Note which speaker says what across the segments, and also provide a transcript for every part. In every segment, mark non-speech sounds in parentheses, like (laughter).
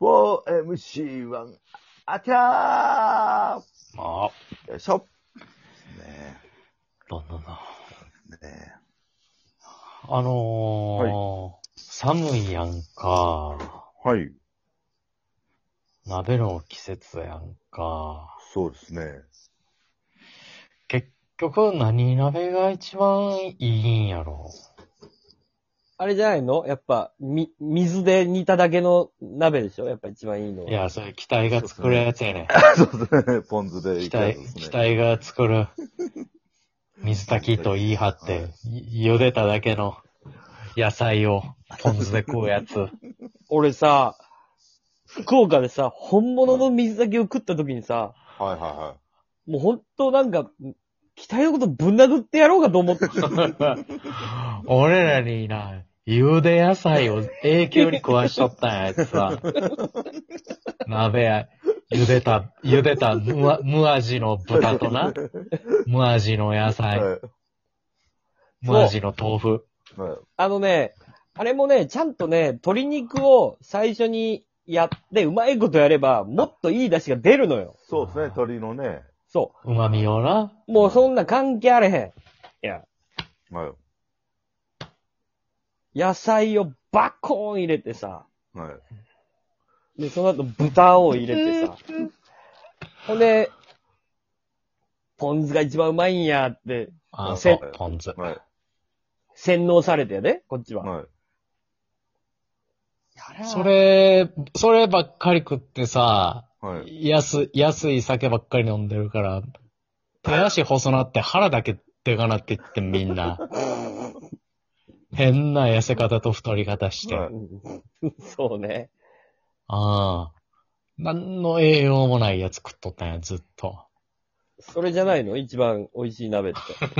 Speaker 1: 4MC1、あちゃ
Speaker 2: ああ、
Speaker 1: ーよいしょ。ね
Speaker 2: どんどんだ。
Speaker 1: え、ね
Speaker 2: あのー寒いやんか。
Speaker 1: え。はい。
Speaker 2: 鍋の季節やんか。
Speaker 1: そうですね。
Speaker 2: 結局何鍋が一番いいんやろ。
Speaker 3: あれじゃないのやっぱ、み、水で煮ただけの鍋でしょやっぱ一番いいのは。
Speaker 2: いや、それ期待が作るやつやね。
Speaker 1: そうですね。ポン酢で
Speaker 2: 期
Speaker 1: いくや
Speaker 2: 待
Speaker 1: つ、で
Speaker 2: 期
Speaker 1: すね。
Speaker 2: 待が作る。
Speaker 1: (laughs)
Speaker 2: 水炊きと言い張って、い茹でただけの野菜をポン酢で食うやつ。
Speaker 3: 俺さ、福岡でさ、本物の水炊きを食った時にさ、
Speaker 1: はいはいは
Speaker 3: もうほんとなんか、期待のことぶん殴ってやろうかと思って。
Speaker 2: (laughs) 俺らにな、茹で野菜を永久に食わしとったんや、あいつは。鍋や、茹でた、茹でた無あ無味の豚とな、無味の野
Speaker 1: い。
Speaker 2: 菜、
Speaker 1: は
Speaker 2: 無味の豆腐。
Speaker 1: い。はい
Speaker 3: あのね、あれもね、ちゃんとね、鶏肉を最初にやって、うまいことやれば、もっといい出汁が出るのよ。
Speaker 1: そうですね、鳥のね。
Speaker 3: そう
Speaker 2: まみをな。
Speaker 3: う。もうそんな関係あれへん。いや、
Speaker 1: は
Speaker 3: 野菜をバコーン入れてさ、
Speaker 1: い。はい。
Speaker 3: で、その後豚を入れてさ。ほんで、ポン酢が一番うまいんやって、
Speaker 2: あ、そ
Speaker 3: せ
Speaker 2: う、ポン酢。
Speaker 1: はい。
Speaker 3: 洗脳されてやで、こっちは。
Speaker 1: はい。
Speaker 2: それ、そればっかり食ってさ、
Speaker 1: はい。
Speaker 2: 安、安い酒ばっかり飲んでるから、手足細なって腹だけでかなってってみんな。変な痩せ方と太り方して。
Speaker 1: はい
Speaker 2: あ
Speaker 3: うん (laughs) そうね。
Speaker 2: あ。何の栄養もないやつ食っとったんや、ずっと。 (laughs)
Speaker 3: それじゃないの一番美味しい鍋っ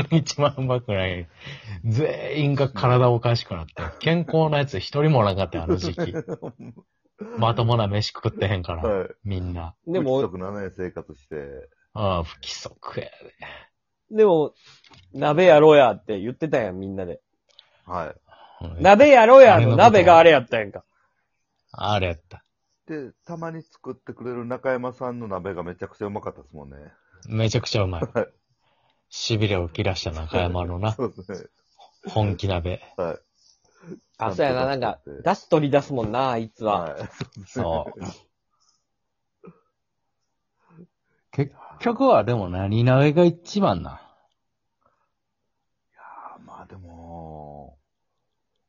Speaker 3: て。
Speaker 2: 一番うまくない。全員が体おかしくなって。健康なやつ一人もおらんかったよ、あの
Speaker 1: (laughs)
Speaker 2: 時期。まともな飯食ってへんから、
Speaker 1: はい。
Speaker 2: みんな。
Speaker 3: で
Speaker 1: 不規
Speaker 3: も、
Speaker 1: 則なね、生活して。
Speaker 2: ああ、不規則やで。
Speaker 3: でも、鍋やろうやって言ってたやん、みんなで。
Speaker 1: はい。
Speaker 3: 鍋やろうや
Speaker 2: あれのこ
Speaker 3: の
Speaker 2: とは
Speaker 3: 鍋があれやったやんか。
Speaker 2: あれやった。
Speaker 1: で、たまに作ってくれる中山さんの鍋がめちゃくちゃうまかったですもんね。
Speaker 2: めちゃくちゃ
Speaker 1: (laughs)
Speaker 2: うまい。痺れを切らした中山のな、
Speaker 1: そうですね。
Speaker 2: 本気鍋。
Speaker 1: はい。
Speaker 3: あ、そうやな、なんか、出汁取り出すもんな、あいつは。
Speaker 1: はい。
Speaker 2: そう。 (laughs) 結局はでも何鍋が一番な。
Speaker 1: あまあでも、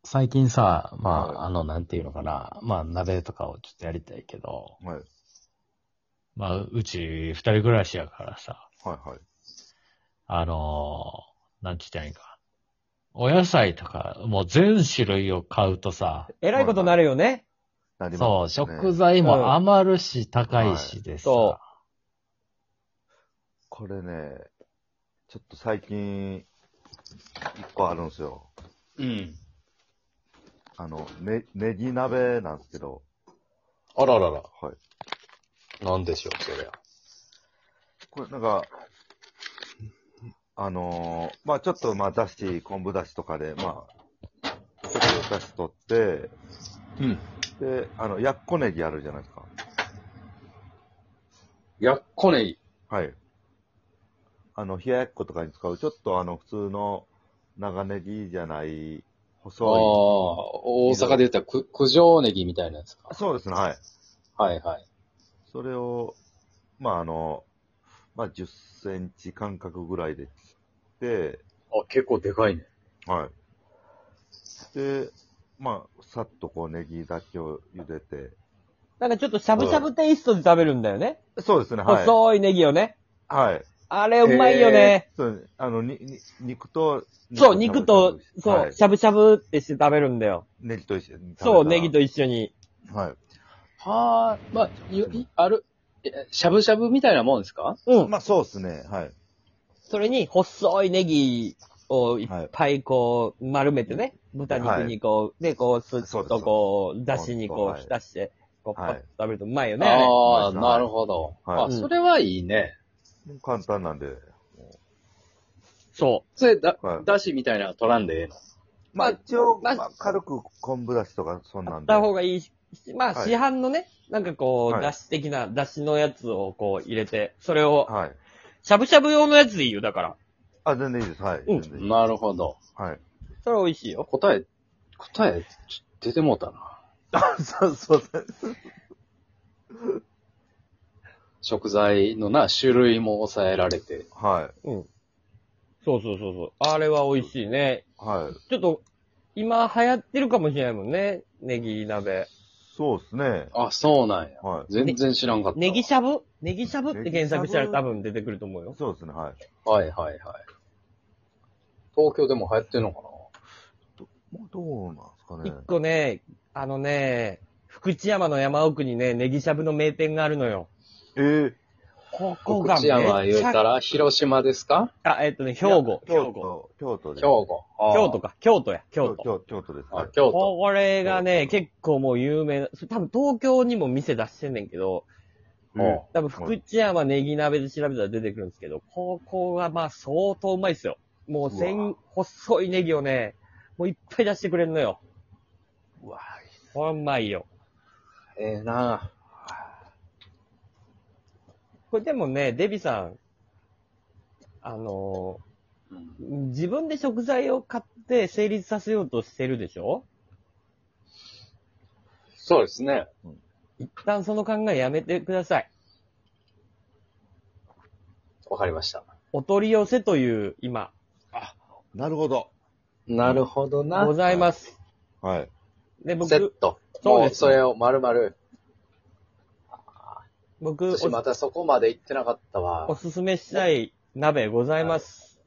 Speaker 2: 最近さ、まあ、
Speaker 1: はい
Speaker 2: あの、なんていうのかな、まあ、鍋とかをちょっとやりたいけど、
Speaker 1: はい。
Speaker 2: まあ、うち二人暮らしやからさ、
Speaker 1: はいはい。
Speaker 2: あのーなんて言ったらいいんか。お野菜とか、もう全種類を買うとさ、
Speaker 3: えらいことになるよね。
Speaker 1: なり
Speaker 2: そう、
Speaker 1: ますね
Speaker 2: 食材も余るし、高いしでさ、
Speaker 3: そ
Speaker 1: これね、ちょっと最近、一個あるんですよ。
Speaker 2: うん。
Speaker 1: あの、ね、ネギ鍋なんですけど、
Speaker 2: あららら。
Speaker 1: はい。
Speaker 2: なんでしょう、それ
Speaker 1: これなんか、あのーまあちょっと、まあだし、昆布だしとかで、まあちょっとだし取って、
Speaker 2: うん。
Speaker 1: で、あの、やっこネギあるじゃないですか。
Speaker 2: やっこねぎ。
Speaker 1: はい。あの、冷ややっことかに使う、ちょっとあの、普通の長ネギじゃない、細
Speaker 2: 大
Speaker 1: 阪で
Speaker 2: 言ったら、く、九条ネギみたいなやつか
Speaker 1: い。。そうですね、はい。
Speaker 2: はいはい。
Speaker 1: それを、まああの、まあ10センチ間隔ぐらいで切って、
Speaker 2: あ、結構でかいね。
Speaker 1: はい。で、まあ、さっとこうネギだけを茹でて。
Speaker 3: なんかちょっとしゃぶしゃぶテイストで食べるんだよね。
Speaker 1: そうですね、はい。
Speaker 3: 細いネギをね。
Speaker 1: はい。
Speaker 3: あれうまいよね。
Speaker 1: そう、あの、に、に肉と、
Speaker 3: そう、肉
Speaker 1: は
Speaker 3: と、そ、
Speaker 1: いう
Speaker 3: しゃぶしゃぶってして食べるんだよ。
Speaker 1: ネギと一緒に食べたら
Speaker 3: そう、ネギ。と一緒に。
Speaker 1: はい。
Speaker 4: はあ、まあ、ゆいある、えしゃぶしゃぶみたいなもんですか
Speaker 3: うん。
Speaker 1: まあ、そうですね、はい。
Speaker 3: それに、細いネギをいっぱいこう、丸めてね、豚肉にこう、で、こう、ス
Speaker 1: そう
Speaker 3: ッ
Speaker 1: です
Speaker 3: とこう、だしにこ
Speaker 1: は
Speaker 3: う、
Speaker 1: い
Speaker 3: 浸して、こう、パ
Speaker 1: はい
Speaker 3: ッと食べるとうまいよね。あれ
Speaker 4: あ
Speaker 1: う
Speaker 4: あ、
Speaker 1: まいですね
Speaker 4: なるほど。
Speaker 1: はい
Speaker 4: あ、それはいいね。
Speaker 1: 簡単なんで。
Speaker 3: そ
Speaker 4: それだ
Speaker 1: はい、
Speaker 4: だしみたいなの取らんでええの。
Speaker 1: まあ、一応、
Speaker 3: ま
Speaker 1: ま
Speaker 3: あ
Speaker 1: あ、軽く昆布だしとか、そん
Speaker 3: う。
Speaker 1: な
Speaker 3: あ
Speaker 1: ん
Speaker 3: っ
Speaker 1: で。
Speaker 3: た方がいいまあ
Speaker 1: はい
Speaker 3: 市販のね、なんかこ
Speaker 1: は
Speaker 3: う、
Speaker 1: い
Speaker 3: だし的な、だしのやつをこう入れて、それを、
Speaker 1: はい。
Speaker 3: しゃぶしゃぶ用のやつでいいよ、だから。
Speaker 1: あ、全然いいです。はい。
Speaker 3: うん
Speaker 1: 全然いい
Speaker 4: なるほど。
Speaker 3: (laughs)
Speaker 1: はい。
Speaker 3: それ美味しいよ。
Speaker 4: 答え、答え、ちょっと出てもうたな。
Speaker 1: あ、そう、そう、そう。
Speaker 4: 食材のな、種類も抑えられて。
Speaker 1: は
Speaker 3: うん。そうそうそうそう。あれは美味しいね。
Speaker 1: い。はい。
Speaker 3: ちょっと、今流行ってるかもしれないもんね。ネギ鍋。
Speaker 1: そうですね。
Speaker 4: あ、そうなんや。
Speaker 1: はい。
Speaker 4: 全然知らんかった。
Speaker 3: ネギしゃぶネギしゃぶって検索したら多分出てくると思うよ。
Speaker 1: そうですね。はい。
Speaker 4: はいはいはい。東京でも流行ってんのか
Speaker 1: もうどうなんです
Speaker 3: 一
Speaker 1: かね。
Speaker 3: 個ね、あのね、福知山の山奥にね、ネギしゃぶの名店があるのよ。
Speaker 1: えー、
Speaker 3: ここ
Speaker 4: な
Speaker 3: が
Speaker 4: 福知
Speaker 3: めちゃ
Speaker 4: 山言うたら、広島ですか
Speaker 3: あ、えっとね、兵庫。兵
Speaker 1: 京
Speaker 3: 庫。
Speaker 1: 都、京都
Speaker 4: 兵
Speaker 1: です。
Speaker 4: 庫。あー
Speaker 3: 京都。か。京都や、京
Speaker 1: 京
Speaker 3: 都。
Speaker 1: 京京都です。は
Speaker 4: あ
Speaker 1: い、
Speaker 4: 京都。
Speaker 3: これがね、
Speaker 1: 京都
Speaker 3: 結構もう有名な、多分東京にも店出してんねんけど、
Speaker 1: えー
Speaker 3: 多分福知山ネギ鍋で調べたら出てくるんですけど、ここはまあ相当うまいっすよ。もう
Speaker 4: う
Speaker 3: 千
Speaker 4: わ、
Speaker 3: 細いネギをね、もういっぱい出してくれるのよ。
Speaker 4: うわ
Speaker 3: これうまいよ。
Speaker 4: ええな
Speaker 3: これでもね、デビさん、あの
Speaker 4: うん
Speaker 3: ー自分で食材を買って成立させようとしてるでしょ
Speaker 4: そうですね。
Speaker 3: 一旦その考えやめてください。
Speaker 4: わかりました。
Speaker 3: お取り寄せという、今、
Speaker 1: なるほど。
Speaker 4: なるほどな
Speaker 3: ご。ざいます。
Speaker 1: はい。
Speaker 3: で、
Speaker 4: セッ
Speaker 3: 僕、
Speaker 4: ト。
Speaker 3: そう
Speaker 4: も
Speaker 3: で
Speaker 4: う
Speaker 3: す
Speaker 4: それを丸々。
Speaker 3: 僕
Speaker 4: 私またそこまで行ってなかった
Speaker 3: お、お
Speaker 4: わ。
Speaker 3: すすめしたい鍋ございます。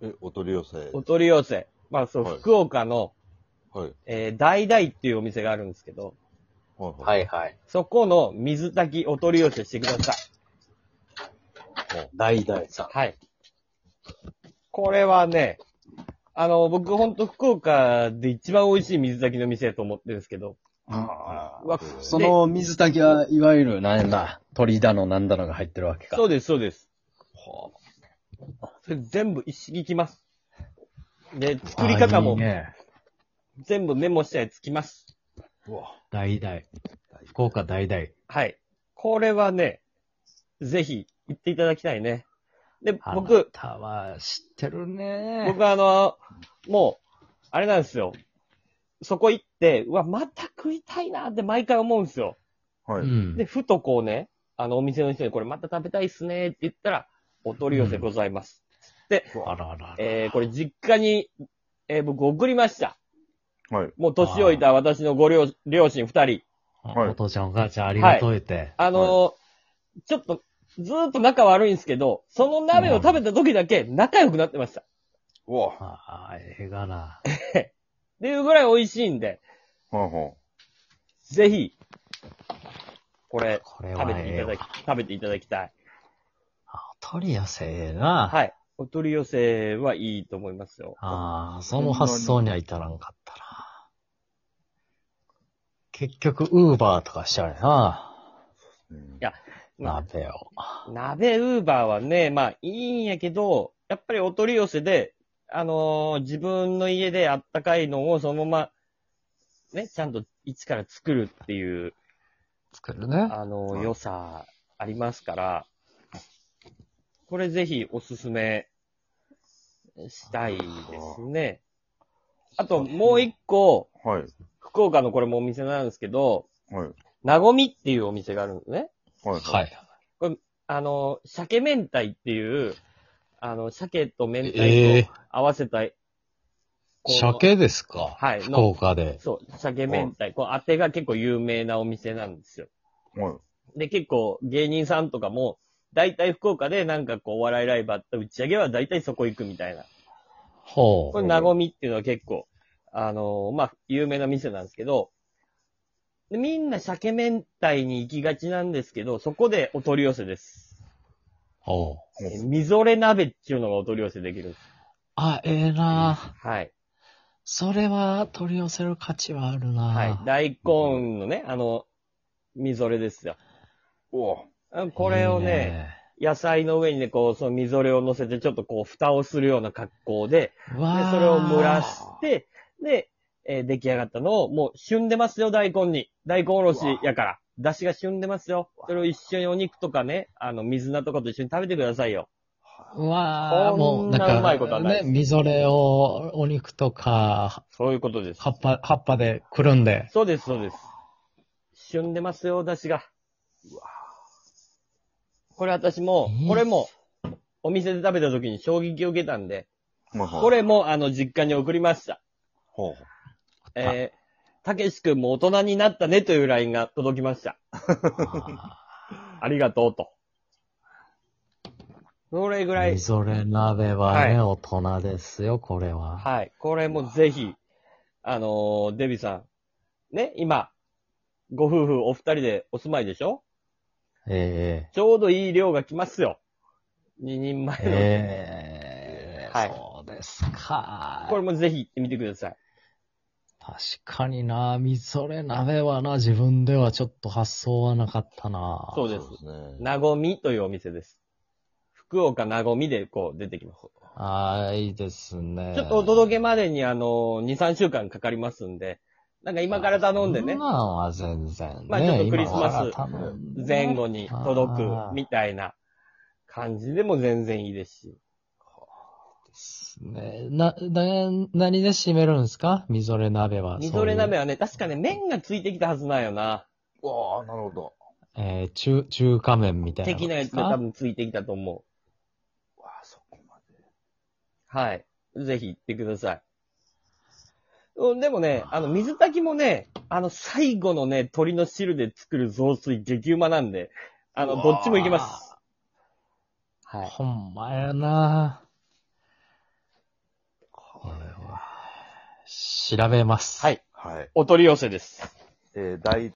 Speaker 1: え、お取り寄せ。
Speaker 3: お取り寄せ。まあ、そう、
Speaker 1: はい
Speaker 3: 福岡の、
Speaker 1: はい。
Speaker 3: えー、大々っていうお店があるんですけど、
Speaker 1: はい。。
Speaker 4: はいいはい。
Speaker 3: そこの水炊きお取り寄せしてください。
Speaker 4: 大々さん。
Speaker 3: はい。これはね、あの、僕ほんと福岡で一番美味しい水炊きの店やと思ってるんですけど、
Speaker 4: あ
Speaker 3: うわ
Speaker 1: そう
Speaker 4: その水炊きはいわゆるなんだ、鳥だのなんだのが入ってるわけか。
Speaker 3: そうです、そうです。それ全部一式いきます。で、作り方
Speaker 2: あい
Speaker 3: も
Speaker 2: いね。
Speaker 3: 全部メモしたやつきます。
Speaker 1: うわ。
Speaker 2: 大々。福岡大々。
Speaker 3: はい。これはね、ぜひ行っていただきたいね。で、
Speaker 2: あな
Speaker 3: 僕、
Speaker 2: たは知って
Speaker 1: (laughs)
Speaker 2: るね。
Speaker 3: 僕あの、もう、あれなんですよ。そこ行って、うわ、また食いたいなって毎回思うんですよ。
Speaker 1: はい。
Speaker 2: うん
Speaker 3: で、ふとこうね、あの、お店の人にこれまた食べたいっすねって言ったら、お取り寄せございます。
Speaker 2: あらあらあら。
Speaker 3: えー、これ実家に、えー僕送りました。
Speaker 1: はい。
Speaker 3: もう年老いた私のご両両親二人。
Speaker 1: はい
Speaker 2: お父ちゃんお母ちゃんありがとう言って。
Speaker 3: あのーちょっと、ずーっと仲悪いんですけど、その鍋を食べた時だけ仲良くなってました。っ
Speaker 1: うわ。は
Speaker 2: ああ、ええがな。
Speaker 3: ていうぐらい美味しいんで、
Speaker 1: あは
Speaker 3: ぜひ、これ、
Speaker 2: これは
Speaker 3: 食べて
Speaker 2: え
Speaker 3: い
Speaker 2: え
Speaker 3: ただ
Speaker 2: わ
Speaker 3: き。、食べていただきたい。
Speaker 2: 取り寄せええな。
Speaker 3: はい。お取り寄せはいいと思いますよ。
Speaker 2: ああ、その発想には至らんかったな。結局、ウーバーとかしちゃうよな。
Speaker 1: あうん
Speaker 3: やまあ
Speaker 2: 鍋を。
Speaker 3: 鍋ウーバーはね、まあいいんやけど、やっぱりお取り寄せで、あのー自分の家であったかいのをそのまま、ね、ちゃんと一から作るっていう、
Speaker 2: 作るね。
Speaker 3: あのー
Speaker 1: うん
Speaker 3: 良さありますから、これぜひおすすめしたいですね。あともう一個、
Speaker 1: はい。
Speaker 3: 福岡のこれもお店なんですけど、
Speaker 1: はい。
Speaker 3: なごみっていうお店があるんですね。
Speaker 1: はい。。
Speaker 2: はいい。
Speaker 3: あの、鮭明太っていう、あの、鮭と明太
Speaker 2: ええ
Speaker 3: と合わせた、こう
Speaker 2: 鮭ですか
Speaker 3: はい
Speaker 2: 福岡で。
Speaker 3: そう、鮭明太。こう、当てが結構有名なお店なんですよ。
Speaker 1: はい。
Speaker 3: で、結構芸人さんとかも、大体福岡でなんかこう、お笑いライブあった打ち上げは大体そこ行くみたいな。
Speaker 2: ほ
Speaker 3: こ
Speaker 2: う。
Speaker 3: れ、なごみっていうのは結構、あのまあ、有名な店なんですけど、でみんな鮭明太に行きがちなんですけど、そこでお取り寄せです。
Speaker 2: ほう。
Speaker 3: えみぞれ鍋っていうのがお取り寄せできるんです。
Speaker 2: あ、ええな。
Speaker 3: はい。
Speaker 2: それは取り寄せる価値はあるな。
Speaker 3: はい。大根のね、あの、みぞれですよ。
Speaker 1: うわ。
Speaker 3: あこれを
Speaker 2: いい
Speaker 3: ね、。野菜の上にね、こう、そのみぞれを乗せて、ちょっとこう、蓋をするような格好で、
Speaker 2: わ
Speaker 3: で
Speaker 2: あ。
Speaker 3: それを蒸らして、で、えー出来上がったのを、もう旬でますよ、大根に。大根おろしやから。出汁が旬でますよ。それを一緒にお肉とかね、あの、水菜とかと一緒に食べてくださいよ。
Speaker 2: うわー、もう、なん
Speaker 3: こんな
Speaker 2: か、
Speaker 3: うまいことはないで
Speaker 2: ね、
Speaker 3: す
Speaker 2: みぞれをお肉とか、
Speaker 3: そういうことです
Speaker 2: 葉。っぱ、葉っぱでくるんで。
Speaker 3: そうです、そうです。旬でますよ、出汁が。これ私も
Speaker 2: う、ん
Speaker 3: これも、お店で食べた時に衝撃を受けたんで、
Speaker 1: まあはい
Speaker 3: これも、あの、実家に送りました。
Speaker 1: ほうほう
Speaker 3: えー、たけしくんも大人になったねという LINE が届きました。
Speaker 2: あ
Speaker 3: ありがとうと。それぐら
Speaker 2: ー
Speaker 3: (laughs) い
Speaker 2: み、ぞれ鍋は
Speaker 3: は
Speaker 2: ね、
Speaker 3: い
Speaker 2: 大人ですよ、これは。
Speaker 3: はい。これもぜひ、あのーデビさん、ね、今、ご夫婦お二人でお住まいでしょ
Speaker 2: え
Speaker 3: ちょうどいい量が来ますよ。二人前
Speaker 2: え
Speaker 3: の。
Speaker 2: ええ
Speaker 3: (laughs) はい
Speaker 2: そうですか。
Speaker 3: これもぜひ行ってみてください。
Speaker 2: 確かにな、みぞれ鍋はな、自分ではちょっと発想はなかったな。
Speaker 3: そうです。
Speaker 1: そうですね。
Speaker 3: なごみというお店です。福岡なごみでこう出てきます。
Speaker 2: ああ、いいですね。
Speaker 3: ちょっとお届けまでにあの、2、3週間かかりますんで、なんか今から頼んでね
Speaker 2: そ、なのは全然、ね。
Speaker 3: まあちょっとクリス
Speaker 2: 今
Speaker 3: マス
Speaker 2: から頼んで
Speaker 3: 前後に届くみたいな感じでも全然いいですし。
Speaker 2: ですね。な、な、何で締めるんですかみぞれ鍋は。
Speaker 3: みぞれ鍋
Speaker 2: は。
Speaker 3: はね、確かね、麺がついてきたはずなんよな。
Speaker 1: うわあ、なるほど。
Speaker 2: えー中、中華麺みたいな。
Speaker 3: 的なやつが多。分ついてきたと思
Speaker 1: わあ、そこまで。
Speaker 3: う。はい。ぜひ行ってください。うんでもね、あの、水炊きもね、あの、最後のね、鶏の汁で作る雑炊激うまなんで、あ
Speaker 1: う
Speaker 3: の、
Speaker 1: わ
Speaker 3: どっちもいけます。はい。
Speaker 2: ほんまやな
Speaker 1: これは。
Speaker 2: 調べます。
Speaker 3: はい。
Speaker 1: はい。
Speaker 3: お取り寄せです。
Speaker 1: えー、大